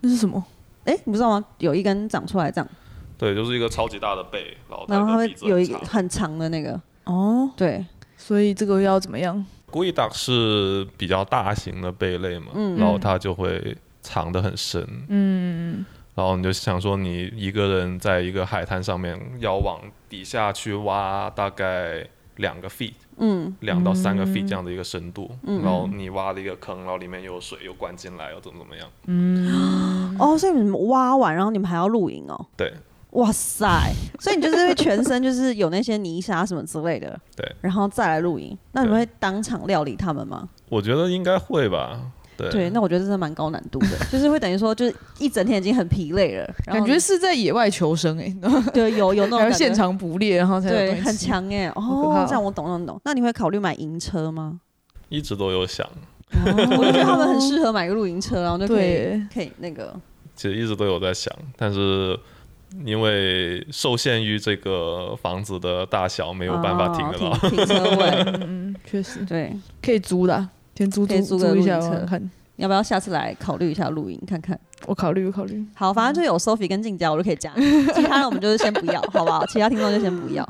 A: 那是什么？
C: 哎、你不知道吗？有一根长出来这样，
B: 对，就是一个超级大的背，然后
C: 然后它
B: 它
C: 会有一个很长的那个，
A: 哦，
C: 对，
A: 所以这个要怎么样？
B: 龟 duck 是比较大型的贝类嘛，
C: 嗯
B: 然后它就会藏得很深，
A: 嗯，
B: 然后你就想说，你一个人在一个海滩上面要往底下去挖大概两个 feet，
C: 嗯，
B: 两到三个 feet 这样的一个深度，然后你挖了一个坑，然后里面又有水又灌进来，又怎么怎么样？嗯
C: 哦，所以你们挖完，然后你们还要露营哦，
B: 对，
C: 哇塞，
B: [laughs]
C: 所以你就是会全身就是有那些泥沙什么之类的，
B: 对，
C: 然后再来露营，那你们会当场料理他们吗？
B: 我觉得应该会吧。对，
C: 对，那我觉得真的蛮高难度
B: [laughs]
C: 的，就是会等于说，就是一整天已经很疲累了，然后
A: 感觉是在野外求生哎、
C: 对有有那种
A: 还要 [laughs]
C: 哦感觉
A: 现场捕猎，然后才有
C: 对
A: 东西
C: 很
A: 吃。
C: 强哎、
A: 可怕
C: 哦
A: 哦，
C: 这样我懂懂懂。那你会考虑买银车吗？
B: 一直都有想，
C: 我就觉得他们很适合买个露营车，然后就可以
A: 哦对，
C: 可以那个
B: 其实一直都有在想，但是因为受限于这个房子的大小，没
C: 没
B: 有办法停得到。
C: 啊哦停停车
A: [laughs]
C: 位。
A: 嗯，确实
C: 对，
A: 可以租的啊，先租
C: 可以
A: 租
C: 租个
A: 一下
C: 露营车
A: 玩玩看。
C: 要不要下次来考虑一下露营看看？
A: 我考虑，我考虑。
C: 好，反正就有 Sophie 跟静佳，我就可以加。其他的我们就是先不 [laughs] 要，好不好？其他听众就先不要。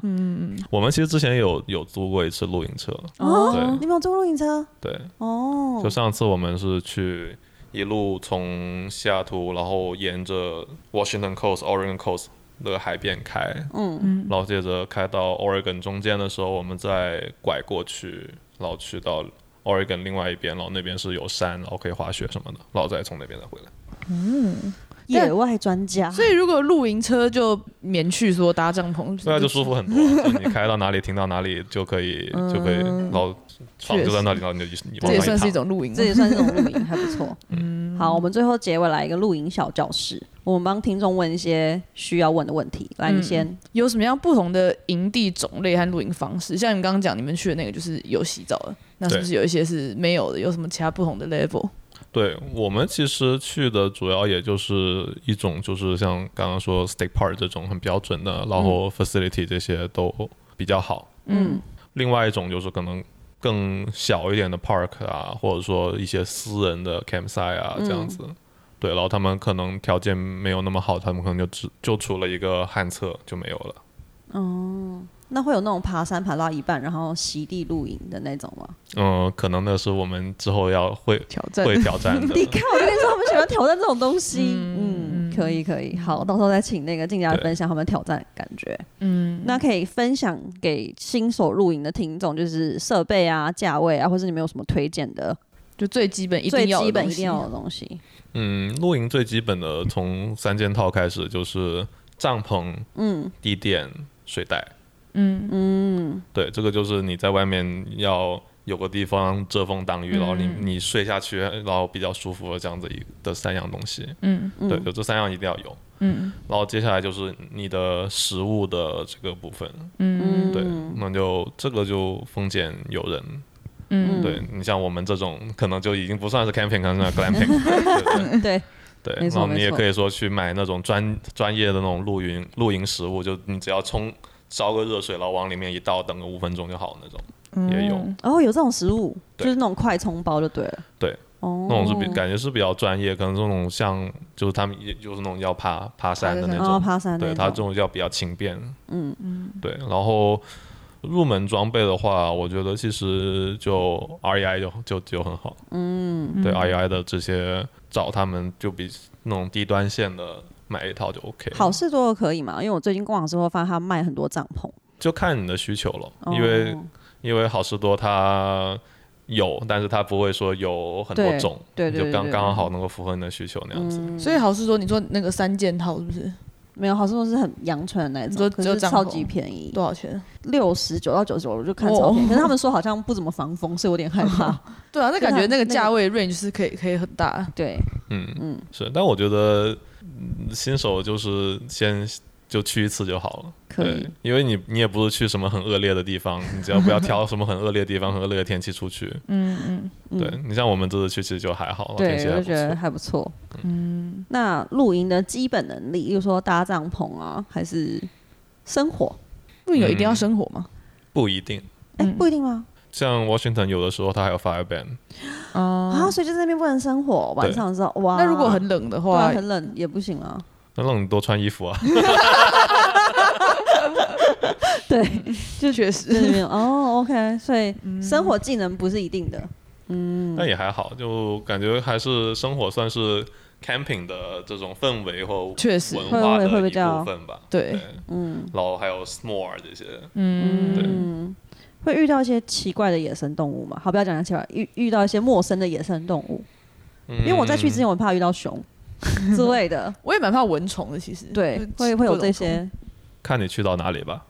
B: 我们其实之前有有租过一次露营车，
C: 哦
B: 对，
C: 你没有坐露营车
B: 对，
C: 哦
B: 就？上次我们是去一路从西雅图，然后沿着 Washington Coast、Oregon Coast 的海边开，
C: 嗯，
A: 嗯，
B: 然后接着开到 Oregon 中间的时候，我们再拐过去，然后去到 Oregon 另外一边，然后那边是有山，然后可以滑雪什么的，然后再从那边再回来。
C: 野外专家。
A: 所以如果露营车就免去说搭帐篷，
B: 对啊，就舒服很多啊，就你开到哪里停到哪里就可以，就可以，然后床就在那里，然后你就一
A: 嗯
B: 你
A: 这
B: 往
A: 也
B: 上
A: 算是一
B: 躺。
A: 种露营嘛。
C: 这也算是一种露营，还不错。嗯， [laughs] 好，我们最后结尾来一个露营小教室，我们帮听众问一些需要问的问题。来，你先。
A: 有什么样不同的营地种类和露营方式？像你刚刚讲，你们去的那个就是有洗澡的，那是不是有一些是没有的？有什么其他不同的 level？
B: 对我们其实去的主要也就是一种，就是像刚刚说 state park 这种很标准的，然后
A: 嗯
B: facility 这些都比较好。
C: 嗯，
B: 另外一种就是可能更小一点的 park 啊，或者说一些私人的 campsite 啊这
A: 嗯
B: 样子。对，然后他们可能条件没有那么好，他们可能就只就除了一个旱厕就没有了。
C: 那会有那种爬山爬到一半然后席地露营的那种吗？
B: 嗯，可能那是我们之后要会
A: 挑战
B: 会挑战
A: [laughs]
B: 的。
C: 你看，我就跟你说，他们喜欢挑战这种东西。嗯，可以可以。好，到时候再请那个静佳来
B: 对
C: 分享他们挑战的感觉。
A: 嗯，
C: 那可以分享给新手露营的听众，就是设备啊、价位啊，或是你们有什么推荐的
A: 就最基本一
C: 最
A: 定要的
C: 基本
A: 东
C: 一
A: 西啊
C: 定要有的东西？
B: 嗯，露营最基本的从三件套开始就是帐篷、
C: 嗯
B: 地垫、睡袋。
A: 嗯
C: 嗯，
B: 对，这个就是你在外面要有个地方遮风挡雨，然后你
A: 嗯
B: 你睡下去，然后比较舒服的这样子一的三样东西。
A: 嗯
B: 对，就这三样一定要有。
A: 嗯
B: 然后接下来就是你的食物的这个部分，
A: 嗯
B: 对，那就这个就丰俭由人。
A: 嗯，
B: 对你像我们这种，可能就已经不算是 camping，可能是 glamping
C: [laughs]
B: 对。对对
C: 对，
B: 对，
C: 没
B: 然
C: 错
B: 后你
C: 没
B: 也
C: 错
B: 可以说去买那种专专业的那种露营露营食物，就你只要冲烧个热水，然后往里面一倒，等个五分钟就好那种，
A: 嗯
B: 也有。
C: 然哦后有这种食物，就
B: 对
C: 是那种快充包就对了。
B: 对，
C: 哦，
B: 那种是比感觉是比较专业，可能这种像就是他们也就是那种要爬爬山的那
C: 然后
B: 种，
C: 哦爬山那
B: 对
C: 种，
B: 他这种要比较轻便，
C: 嗯
B: 嗯，对。然后入门装备的话，我觉得其实就 REI 就就就很好，
C: 嗯
B: 对 REI 的这些找他们就比那种低端线的买一套就 OK，
C: 好事多的可以嘛？因为我最近逛的时候发现他卖很多帐篷，
B: 就看你的需求了，
C: 哦
B: 因为因为好事多它。有，但是它不会说有很多
C: 对
B: 种，
C: 对对
B: 就
C: 对，
B: 刚
C: 对嗯
B: 刚好能够符合你的需求那样子。
A: 所以好事说，你做那个三件套是不是
C: 没有好事多是很阳春的那
A: 你说
C: 种，可
A: 只有
C: 是
A: 帐
C: 超
A: 篷
C: 级便宜，
A: 多少钱？
C: 六十九到九十九，我就
A: 哦
C: 看照片。可是他们说好像不怎么防风，所以我有点害
B: [laughs]
C: 怕。
A: 对啊，那
C: 就
A: 感
C: 它
A: 觉那个
C: 那个
A: 价位 range 是可以可以很大。
C: 对，
B: 嗯
C: 嗯，
B: 是，但我觉得嗯新手就是先就去一次就好了。
C: 可以
B: 对，因为你你也不是去什么很恶劣的地方，你只要不要挑什么很恶劣的地方、很恶劣的天气出去。
A: 嗯嗯，
C: 嗯
B: 对你像我们这次去其实就还好，天
C: 对，
B: 气
C: 我
B: 还
C: 就
B: 不
C: 觉得
B: 错。
C: 还不错。嗯，那露营的基本能力，例如说搭帐篷啊，还是生火？
A: 露营有一定要
B: 嗯
A: 生火吗？
B: 不一定，
C: 哎、
A: 嗯
C: 不一定吗？
B: 像 Washington 有的时候它还有 fire ban，
A: 啊
C: 啊，，所以就在那边不能生火，晚
B: 对
C: 上的时候哇。
A: 那如果很冷的
C: 对
A: 话
C: 啊，，很冷也不
A: [laughs]
C: 行啊。
B: 那让你多穿衣服啊。
C: 对，
A: 就确
C: 在那
A: 实，
C: 边哦，OK，所
A: 嗯
C: 以生活技能不是一定的。嗯
B: 但也还好，就感觉还是生活算是 camping 的这种氛围或
A: 确实
B: 文化的
C: 会会
B: 一
C: 比较
B: 部分吧。
A: 对，
C: 嗯
B: 然后还有 snore 这些，对
A: 嗯，
C: 嗯，会遇到一些奇怪的野生动物嘛？好，不要讲讲奇怪，遇遇到一些陌生的野生动物。
B: 因
C: 因为我在去之前，我很怕遇
A: [laughs]
C: 到熊之类的，
A: 我也蛮怕蚊虫的，其实 [laughs]
C: 对，
A: 就是
C: 会会有
A: 各种
C: 这些
B: 看你去到哪里吧。
C: 哦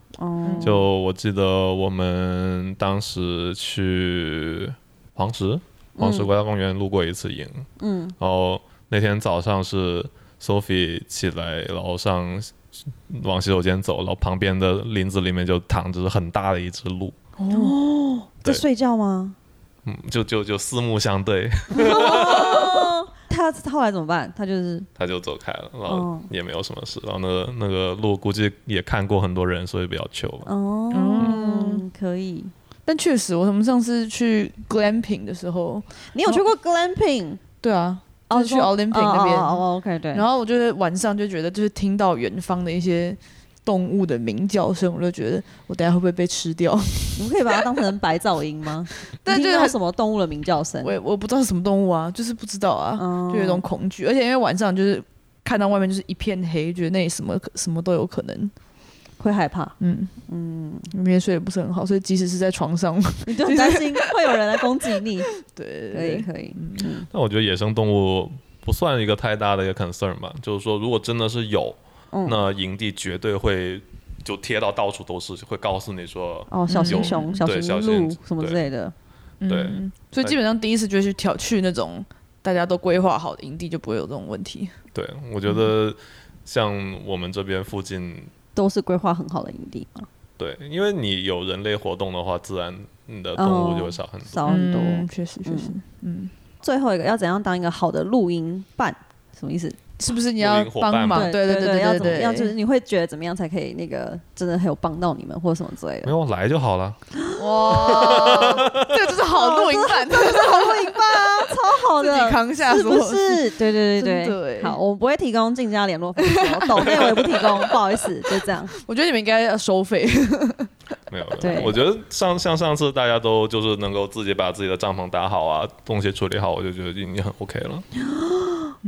A: 嗯
B: 就我记得我们当时去黄石，黄石国家公园露过一次营，
C: 嗯
B: 然后那天早上是 Sophie 起来，然后上往洗手间走，然后旁边的林子里面就躺着很大的一只鹿，
C: 哦，在
B: 对
C: 睡觉吗？
B: 嗯，就就就四目相对，
C: 他他后来怎么办？他就是
B: 它就走开了，然后
C: 哦
B: 也没有什么事，然后那个那个鹿估计也看过很多人，所以比较 chill 吧。
C: 哦，
A: 嗯
C: 可以。
A: 但确实，我们上次去 glamping 的时候，
C: 你有去过 glamping？
A: 对啊，就是去 Olympic 那边
C: 哦哦哦，OK，对。
A: 然后我就是晚上就觉得，就是听到远方的一些动物的鸣叫声，我就觉得我等一下会不会被吃掉？ [laughs]
C: 你们可以把它当成白噪音吗？
A: 但
C: 你
A: 就
C: 听
A: 是
C: 到
A: 很
C: 什么动物的鸣叫声
A: 我？也我不知道是什么动物啊，就是不知道啊，
C: 嗯
A: 就有一种恐惧。而且因为晚上就是看到外面就是一片黑，觉得那里什么可什么都有可能。
C: 会
A: [laughs]
C: 害怕，
A: 嗯嗯，因为睡得不是很好，所以即使是在床上， [laughs]
C: 你就很担心会有人来攻击你。
A: 对嗯
C: 可以，可以，
B: 但我觉得野生动物不算一个太大的一个 concern 吧，就是说如果真的是有，
C: 嗯
B: 那营地绝对会就贴到到处都是，会告诉你说，
C: 哦，小
A: 有
C: 型熊、小
B: 对
C: 型
B: 小
C: 鹿
B: 型
C: 什么之
B: 对
C: 类的，
B: 对
A: 嗯，所以基本上第一次就去挑去那种大家都规划好的营地，就不会有这种问题。
B: 对我觉
C: 嗯
B: 得像我们这边附近，
C: 都是规划很好的营地嘛，
B: 对，因为你有人类活动的话，自然你的动物就会少很多。
C: 哦少很多。
A: 嗯确实确实，嗯，
C: 最后一个要怎样当一个好的露营伴？什么意思？
A: 是不是你要
B: 露营伙伴
A: 帮忙？
B: 嘛
A: 对
C: 对
A: 对
C: 要
A: 对
C: 怎么
A: 对，[laughs]
C: 样？就是你会觉得怎么样才可以那个真的很有帮到你们或者什么之类
B: 没
C: 的？
B: 有来就好了，
A: 哇， [laughs] 这个就是好露营
C: [laughs]
A: 版， [laughs]
C: 这是好露营吧，超好
A: 自己
C: 的，
A: 扛下
C: 是
A: 所
C: 不
A: 有事。
C: 是？对对对
A: 真的
C: 对，
A: 耶
C: 好，我们不会提供竞价联络方式哦，抖内我也不提供，不好意思，就这样。
A: 我觉得你们应该要收费。
B: 没有。没有
C: 对
B: 我觉得上像上次大家都就是能够自己把自己的帐篷搭好啊，东西处理好，我就觉得已经很 OK 了。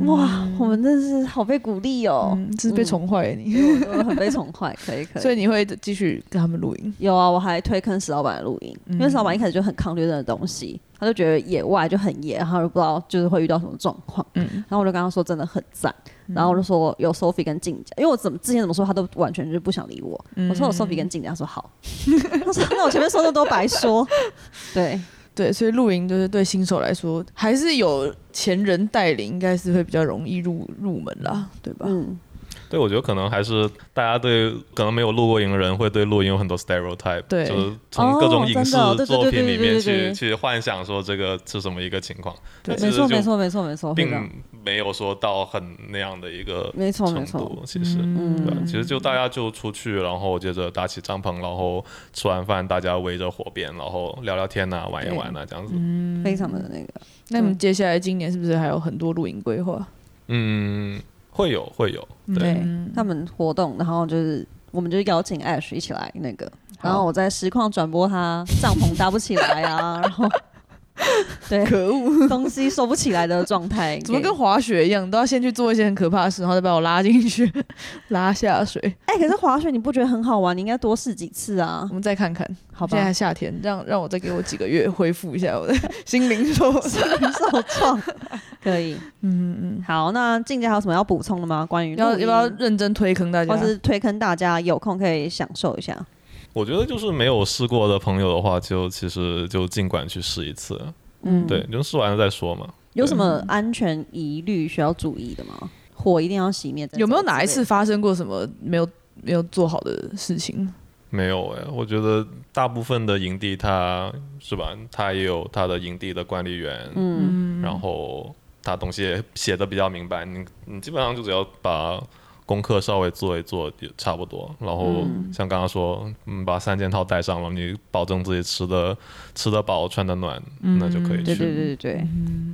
C: 哇，我们真是好被鼓励哦，嗯
A: 嗯，这是被宠坏了你，
C: 我很被宠坏，可以可
A: [laughs]
C: 以
A: 所。以你会继续跟他们露营。
C: 有啊，我还推坑石老板的露营，
A: 嗯
C: 因为石老板一开始就很抗拒这种东西，他就觉得野外就很野，然后又不知道就是会遇到什么状况。
A: 嗯
C: 然后我就跟他说真的很赞，然后我就说有 Sophie 跟静佳，因为我怎么之前怎么说他都完全就是不想理我，我说有 Sophie 跟静佳，他说 [laughs] 好，他说那我前面说的都白说， [laughs] 对，
A: 对，所以露营就是对新手来说，还是有前人带领，应该是会比较容易入入门啦，对吧？
C: 嗯，
B: 对，我觉得可能还是大家对可能没有露过营的人会对露营有很多 stereotype，
A: 对
B: 就是从各种
C: 哦
B: 影视
C: 真的对对
B: 作
C: 对
B: 品
C: 对
B: 里
C: 对
B: 面
C: 对
B: 去
C: 对
B: 去幻想说这个是什么一个情况，
A: 对
B: 但其
C: 没
B: 实
C: 错
B: 就
C: 没错没错没错，会这样
B: 并没有说到很那样的一个
C: 没错没
B: 程
C: 错，
B: 度，其实。对吧
C: 嗯，
B: 其实就大家就出去，然后接着搭起帐篷，然后吃完饭，大家围着火边，然后聊聊天呐、玩一
C: 对嗯
B: 玩呐、这样子。
C: 非常的那个，
A: 那你们接下来今年是不是还有很多露营规划？
B: 嗯，会有会有，对，
C: 对他们活动，然后就是我们就邀请 Ash 一起来那个，然后我在实况转播他帐篷搭不起来啊，然后对，
A: 可恶，
C: 东西收不起来的状 [laughs] 态，
A: 怎么跟滑雪一样，都要先去做一些很可怕的事，然后再把我拉进去， [laughs] 拉下水。
C: 哎、可是滑雪你不觉得很好玩？你应该多试几次啊
A: 我，们再看看，
C: 好
A: 现在
C: 吧
A: 还？夏天，让让我再给我几个月恢复一下 [laughs] 我的心灵受伤。
C: [laughs] 受创
A: [laughs]
C: 可以。
A: 嗯嗯，
C: 好，那静姐还有什么要补充的吗？关于
A: 要
C: 露
A: 要不要
C: 营
A: 认真推坑大家？
C: 或是推坑大家有空可以享受一下？
B: 我觉得就是没有试过的朋友的话，就其实就尽管去试一次，
C: 嗯，
B: 对，就试完了再说嘛。
C: 有什
A: 嗯
C: 么安全疑虑需要注意的吗？火一定要熄灭。
A: 有没有哪一次？发生过什么没有没有做好的事情？
B: 没有诶，我觉得大部分的营地它是吧，它也有它的营地的管理员，
C: 嗯，
B: 然后它东西也写的比较明白，你你基本上就只要把功课稍微做一做也差不多。然后像刚刚说，嗯，把三件套带上了，你保证自己吃的吃得饱、穿得暖，那就
A: 嗯
B: 可以
C: 嗯对
B: 去。
C: 对对对对，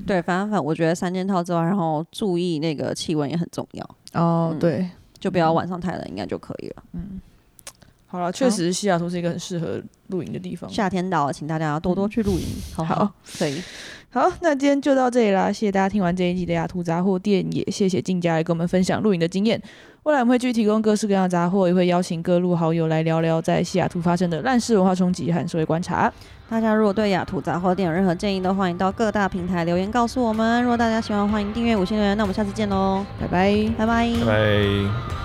C: 对，反正反正我觉得三件套之外，然后注意那个气温也很重要，
A: 哦，
C: 嗯
A: 对，
C: 就不要晚上太冷，应该就可以了。
A: 好了，确实西雅图是一个很适合露营的地方。
C: 夏天到了，请大家多多去露营，好
A: 嗯
C: 不
A: 好
C: 好？可以，
A: 好，那今天就到这里啦，谢谢大家听完这一集的雅图杂货店，也谢谢静佳来跟我们分享露营的经验。未来我们会继续提供各式各样的杂货，也会邀请各路好友来聊聊在西雅图发生的烂事文化冲击和社会观察。
C: 大家如果对雅图杂货店有任何建议，都欢迎到各大平台留言告诉我们。如果大家喜欢，欢迎订阅五星留言。那我们下次见喽，
A: 拜拜。
C: 拜拜
B: 拜拜。